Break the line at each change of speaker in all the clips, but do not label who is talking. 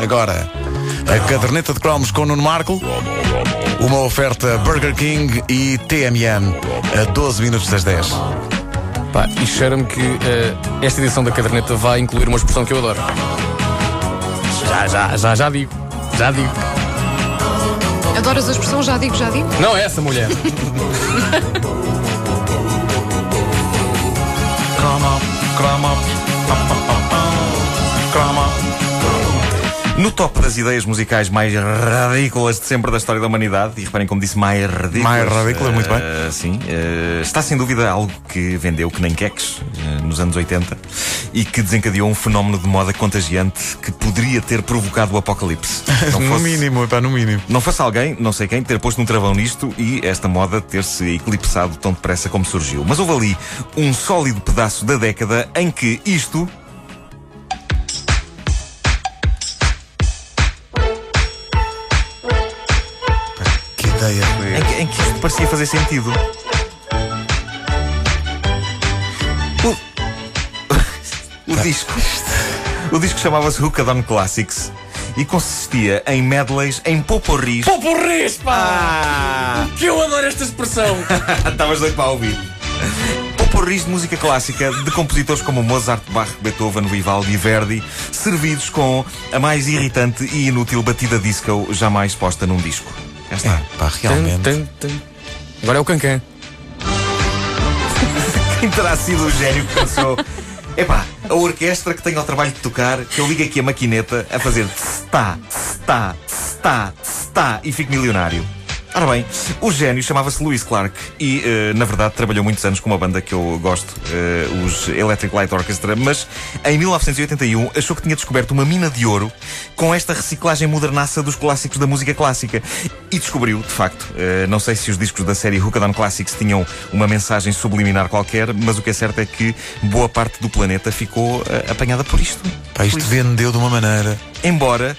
Agora, a caderneta de cromos com Nuno Marco. Uma oferta Burger King e TMN a 12 minutos das 10.
Pá, e cheira-me que eh, esta edição da caderneta vai incluir uma expressão que eu adoro. Já, já, já, já digo. Já digo.
Adoras a expressão, já digo, já digo.
Não é essa mulher.
No top das ideias musicais mais ridículas de sempre da história da humanidade, e reparem como disse mais ridículas.
Mais ridículas,
eh,
muito bem.
Sim, eh, está sem dúvida algo que vendeu que nem queques eh, nos anos 80 e que desencadeou um fenómeno de moda contagiante que poderia ter provocado o apocalipse. Não
No
fosse-
mínimo, é pá, no mínimo.
não fosse alguém, não sei quem, ter posto um travão nisto e esta moda ter-se eclipsado tão depressa como surgiu. Mas houve ali um sólido pedaço da década em que isto.
Que ideia.
em que, em que isto parecia fazer sentido. O, o disco. O disco chamava-se Hookadon Classics e consistia em medleys, em poporris.
Poporris, pá! Que eu adoro esta expressão.
Estavas doido para ouvir. Poporris de música clássica de compositores como Mozart, Bach, Beethoven, Vivaldi e Verdi, servidos com a mais irritante e inútil batida disco jamais posta num disco. Já está.
Pá, realmente.
Tan, tan, tan. Agora é o Cancan.
Quem terá sido o gênio que pensou? Epá, a orquestra que tenho ao trabalho de tocar, que eu ligo aqui a maquineta a fazer tstá, tstá, tstá, tstá e fico milionário. Ora bem, o gênio chamava-se Lewis Clark e, eh, na verdade, trabalhou muitos anos com uma banda que eu gosto, eh, os Electric Light Orchestra, mas em 1981 achou que tinha descoberto uma mina de ouro com esta reciclagem modernaça dos clássicos da música clássica. E descobriu, de facto, eh, não sei se os discos da série Hookadon Classics tinham uma mensagem subliminar qualquer, mas o que é certo é que boa parte do planeta ficou eh, apanhada por isto.
Pá, isto
Por
vendeu de uma maneira.
Embora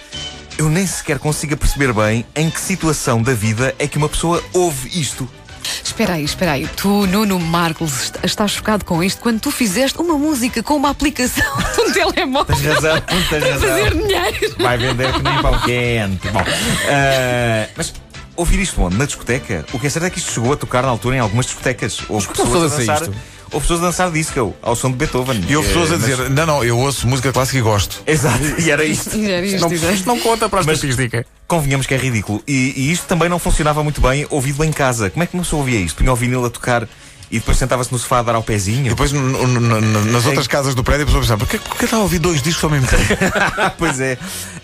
eu nem sequer consiga perceber bem em que situação da vida é que uma pessoa ouve isto.
Espera aí, espera aí. Tu, Nuno Marcos, est- estás chocado com isto quando tu fizeste uma música com uma aplicação de um telemóvel
razão, tens
para fazer dinheiro.
Vai vender que nem pão quente. Bom, ah, mas ouvir isto onde? Na discoteca? O que é certo é que isto chegou a tocar na altura em algumas discotecas. Houve
Mas como
pessoas a
pessoas a
dançar.
dizer
Houve pessoas a dançar disco ao som de Beethoven.
E houve
Eh,
pessoas a
mas-
dizer: não, não, eu ouço música clássica e gosto.
Exato, e era isto.
Era isto,
Não,
exato.
isto não conta para a
Mas-
estatística.
Convenhamos que é ridículo. E, e isto também não funcionava muito bem ouvido em casa. Como é que uma pessoa ouvia isto? Punha o vinil a tocar e depois sentava-se no sofá a dar ao
E
pezinho?
depois, n- n- n- nas outras casas do prédio, a pessoa pensava: porquê porquê está a ouvir dois discos ao mesmo tempo?
Ah, pois é.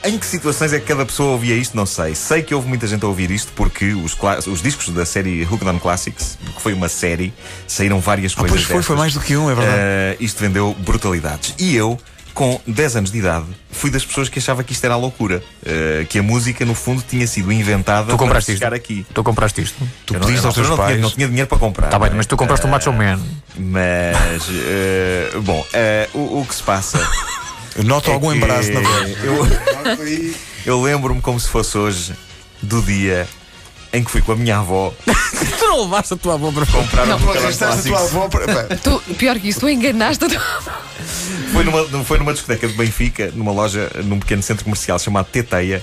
Em que situações é que cada pessoa ouvia isto? Não sei. Sei que houve muita gente a ouvir isto porque os, cla- os discos da série Hooked on Classics, que foi uma série, saíram várias
Ah,
coisas.
pois foi, foi
destas.
mais do que um, é verdade.
Eh, isto vendeu brutalidades. E eu, com 10 anos de idade, fui das pessoas que achava que isto era a loucura. Eh, que a música, no fundo, tinha sido inventada
Tu compraste
para
isto?
chegar aqui.
Tu compraste isto.
Tu
Eu não-
pediste
eu
aos teus
não tinha-
pais. Tá
não tinha dinheiro para comprar.
Está bem,
não é?
mas tu compraste um Macho Man.
Mas, eh, bom, eh, o, o que se passa.
Eu Noto algum
É que
embaraço na voz.
Eu, eu lembro-me como se fosse hoje do dia em que fui com a minha avó
tu não levaste a tua avó para
comprar um Pokémon
é
Classics.
Tu, pior que isso, tu enganaste a tua...
Foi numa, foi numa discoteca de Benfica, numa loja, num pequeno centro comercial chamado Teteia.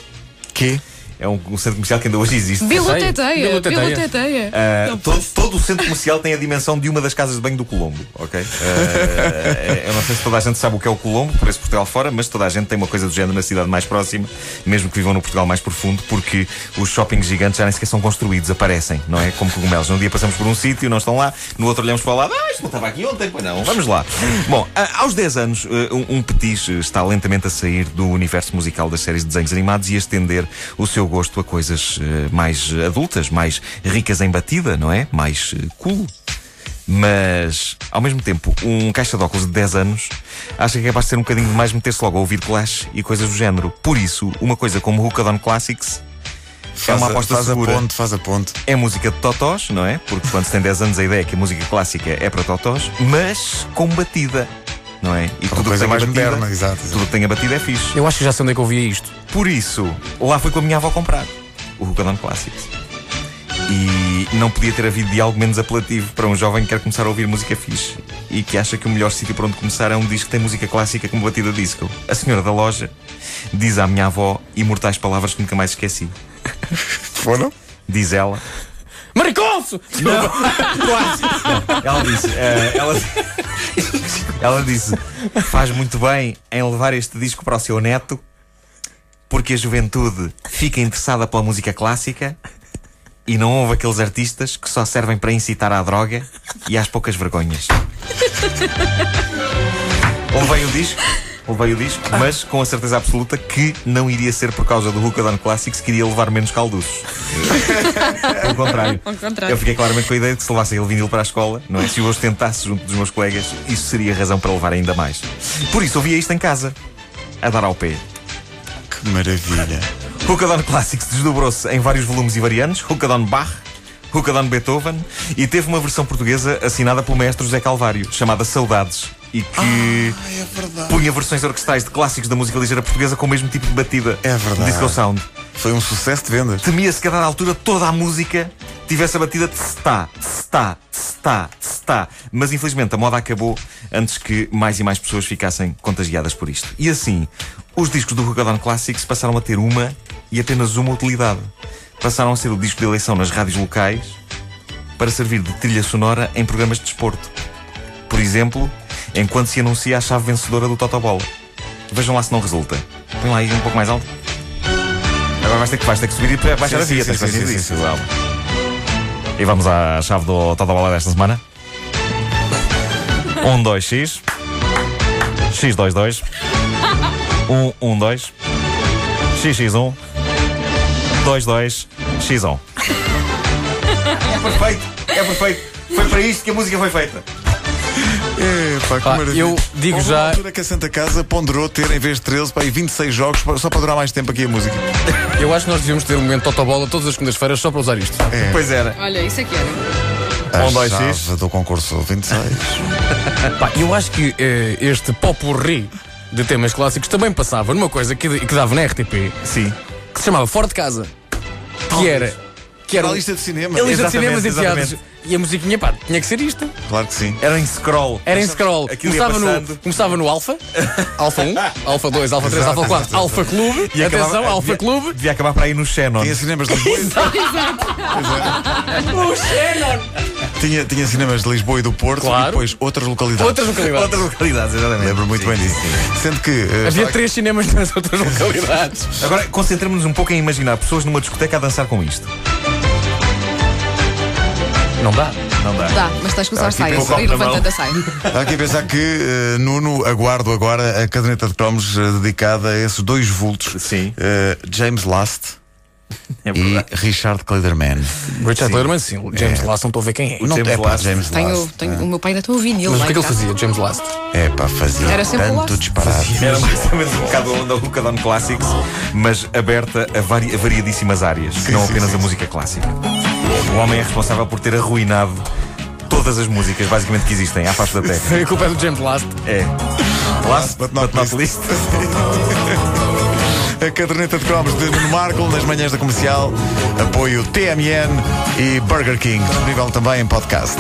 Quê?
É um, um centro comercial que ainda hoje existe.
Biloteteia,
Biloteteia.
biloteteia.
Ah, todo, todo o centro comercial tem a dimensão de uma das casas de banho do Colombo, ok? Ah, eu não sei se toda a gente sabe o que é o Colombo, por esse Portugal fora, mas toda a gente tem uma coisa do género na cidade mais próxima, mesmo que vivam no Portugal mais profundo, porque os shoppings gigantes já nem sequer são construídos, aparecem, não é? Como cogumelos. Num dia passamos por um sítio, não estão lá, no outro olhamos para o lado, ah, isto não estava aqui ontem, pois não, vamos lá. Bom, ah, aos 10 anos, ah, um, um petis está lentamente a sair do universo musical das séries de desenhos animados e a estender o seu gosto a coisas eh, mais adultas, mais ricas em batida, não é? Mais eh, cool. Mas, ao mesmo tempo, um caixa de óculos de 10 anos acha que é capaz de ser um bocadinho demais meter-se logo a ouvir Clash e coisas do género. Por isso, uma coisa como Hookadon Classics é
Faz
uma
a-
aposta
Faz a
segura
ponte, faz a ponte.
é música de totós, não é? Porque quando se tem 10 anos a ideia é que a música clássica é para totós, mas combatida, não é? E tudo o que
coisa
tem
mais
a batida,
moderna, exato, exato.
Tudo o que tem a batida é fixe.
Eu acho que já sei onde é que eu ouvia isto.
Por isso, lá fui com a minha avó comprar o Rucadão Classics. E não podia ter havido diálogo menos apelativo para um jovem que quer começar a ouvir música fixe e que acha que o melhor sítio para onde começar é um disco que tem música clássica como batida disco. A senhora da loja diz à minha avó imortais palavras que nunca mais esqueci.
Foram?
Diz ela.
Mariconso!
Ela disse. eh, ela, ela disse: faz muito bem em levar este disco para o seu neto, porque a juventude fica interessada pela música clássica e não ouve aqueles artistas que só servem para incitar à droga e às poucas vergonhas. Levei o disco. Levei o disco, mas com a certeza absoluta que não iria ser por causa do Hookadon Classics que iria levar menos calduços. Pelo contrário.
Ao contrário.
Eu fiquei claramente com a ideia de que se levasse ele vinil para a escola, não é? Se eu os tentasse junto dos meus colegas, isso seria razão para levar ainda mais. Por isso, ouvia isto em casa, a dar ao pé.
Que maravilha.
Hookadon Classics desdobrou-se em vários volumes e variantes, Hookadon Bach, Hookadon Beethoven, e teve uma versão portuguesa assinada pelo mestre José Calvário, chamada Saudades, e que
É verdade.
punha versões orquestrais de clássicos da música ligeira portuguesa com o mesmo tipo de batida.
É verdade.
Disco sound.
Foi um sucesso de vendas.
Temia-se que a dada altura toda a música tivesse a batida de está, está, está, está. Mas infelizmente a moda acabou antes que mais e mais pessoas ficassem contagiadas por isto. E assim, os discos do Rockadon Classics passaram a ter uma e apenas uma utilidade. Passaram a ser o disco de eleição nas rádios locais para servir de trilha sonora em programas de desporto. Por exemplo, enquanto se anuncia a chave vencedora do Totobola. Vejam lá se não resulta. Põe lá aí um pouco mais alto. Agora vais ter que, vais ter que subir e para baixar
Sim,
a via.
sim,
tens
sim,
consciência
sim,
disso.
sim, sim.
Álvaro. E vamos à chave do Totobola desta semana. 1, 2, X. X, 2, 2. 1, 1, 2. um, X, X, 1. 2, 2. X, 1. É perfeito, é perfeito. Foi para isto que a música foi feita.
Epá, que
Pá,
maravilha.
eu digo
Houve
já-
Uma altura que a Santa Casa ponderou ter, em vez de 13, pá, aí 26 jogos pá, só para durar mais tempo aqui a música.
Eu acho que nós devíamos ter um momento de totobola todas as segundas-feiras só para usar isto.
É.
Pois era.
Olha, isso é que era.
A
Um, dois,
chave
seis.
do concurso 26.
Pá, eu acho que eh, este popurri de temas clássicos também passava numa coisa que, que dava na RTP
Sim.
que se chamava Fora de Casa. Que era. Que era
Era a
um-
lista de cinema.
a lista de
Exatamente,
cinemas e
exatamente.
teatros. E a musiquinha, pá, tinha que ser isto.
Claro que sim.
Era em scroll.
Era em scroll.
Aquilo ia
Começava no,
passando.
começava no um, Alfa, Alfa 1, Alfa 2, Alfa 3,
Exato,
Alfa 4,
exato,
Alfa Clube. E
E acabava-
atenção, Alfa
devia-
Clube.
Devia acabar para aí no Shannon.
Tinha cinemas de Lisboa. Exato, Tinha, tinha cinemas de Lisboa e do Porto
Claro.
e depois outras localidades.
Outras localidades.
Outras localidades, exatamente.
Lembro muito
Sim,
bem disso.
sim, sim.
Sendo que. eh,
Havia
está-
três cinemas nas outras localidades.
Agora, concentremos-nos um pouco em imaginar pessoas numa discoteca a dançar com isto.
Não dá.
Não dá.
Dá, mas tens que usar
aqui
saias.
com o
E
copo na mão.
levanta da saia.
Há aqui a pensar que, eh, Nuno, aguardo agora a caderneta de cromos eh, dedicada a esses dois vultos.
Sim.
Eh, James Last
É
e
verdade.
Richard Clayderman.
Richard Lerman, sim. James Last, não estou a ver quem é.
Não
James
é pá,
Last.
James
Tenho,
Last.
tenho, o meu pai ainda tem um vinil
Mas o
lá
que é
em
que ele
casa.
fazia, James Last?
É pá, fazia
Era sempre o
tanto
Last.
disparado.
Era mais ou menos um bocado a onda Hookadon Classics, mas aberta a, vari- a variadíssimas áreas, não
sim,
apenas
sim,
a música clássica. O homem é responsável por ter arruinado todas as músicas, basicamente, que existem à face da terra.
A culpa é do James Last.
É. Last but not, least.
A caderneta de cromos de Nuno Marco nas manhãs da comercial. Apoio TMN e Burger King. Disponível também em podcast.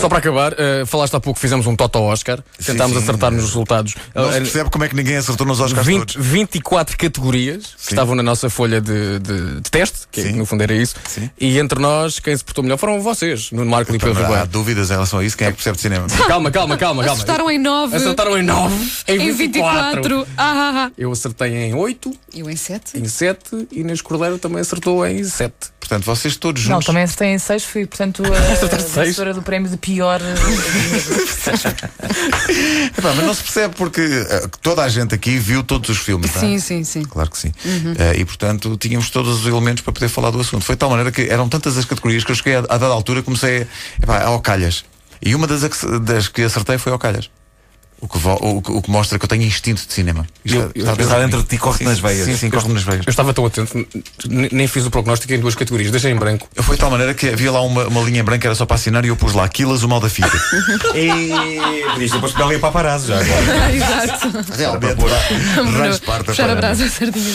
Só para acabar, eh, falaste há pouco, fizemos um Toto Oscar. Tentámos
sim.
acertar nos resultados.
Não se
Eh,
percebe como é que ninguém acertou nos Oscars
20,
todos.
24 categorias que estavam na nossa folha de, de- de teste, que
Sim.
no fundo era isso.
Sim.
E entre nós, quem se portou melhor foram vocês, Nuno Marco e Pedro
Não Há
Ribeiro.
dúvidas em relação a isso. Quem é que percebe de cinema?
Calma, calma, calma, calma.
Acertaram em nove.
Acertaram em 9,
Em 24. Ah, ah, ah.
Eu acertei em 8,
Eu em 7.
em 7 e Inês Cordeiro também acertou em 7.
Portanto, vocês todos
Não,
juntos.
também acertei em 6, fui, portanto,
Acertaste
a
seis?
vencedora do prémio de pior. eh,
Epá, mas não se percebe porque eh, toda a gente aqui viu todos os filmes. não é?
Sim, Uhum. sim, sim.
Claro que sim. Eh, e portanto tínhamos todos os elementos para poder falar do assunto. Foi de tal maneira que eram tantas as categorias que eu cheguei a, a dada altura comecei a, epá, ao calhas. E uma das, a que se- das que acertei foi ao calhas. O que, vo- o, que- o que mostra que eu tenho instinto de cinema. Isto é, está-
Eu- eu-
está a
Está
pensar
dentro de ti, corre nas
em mim.
veias.
Sim, sim, corre-me nas veias.
Eu estava tão atento, n- n- nem fiz o prognóstico em duas categorias, deixei em branco.
Eu- Foi de tal maneira que havia lá uma, uma linha branca, era só para assinar, e eu pus lá Aquilas, o mal da fita.
E podias depois pegar ali a paparazzo já agora.
Exato.
Realmente, raspar da
Puxar a
parada.
brasa à sardinha.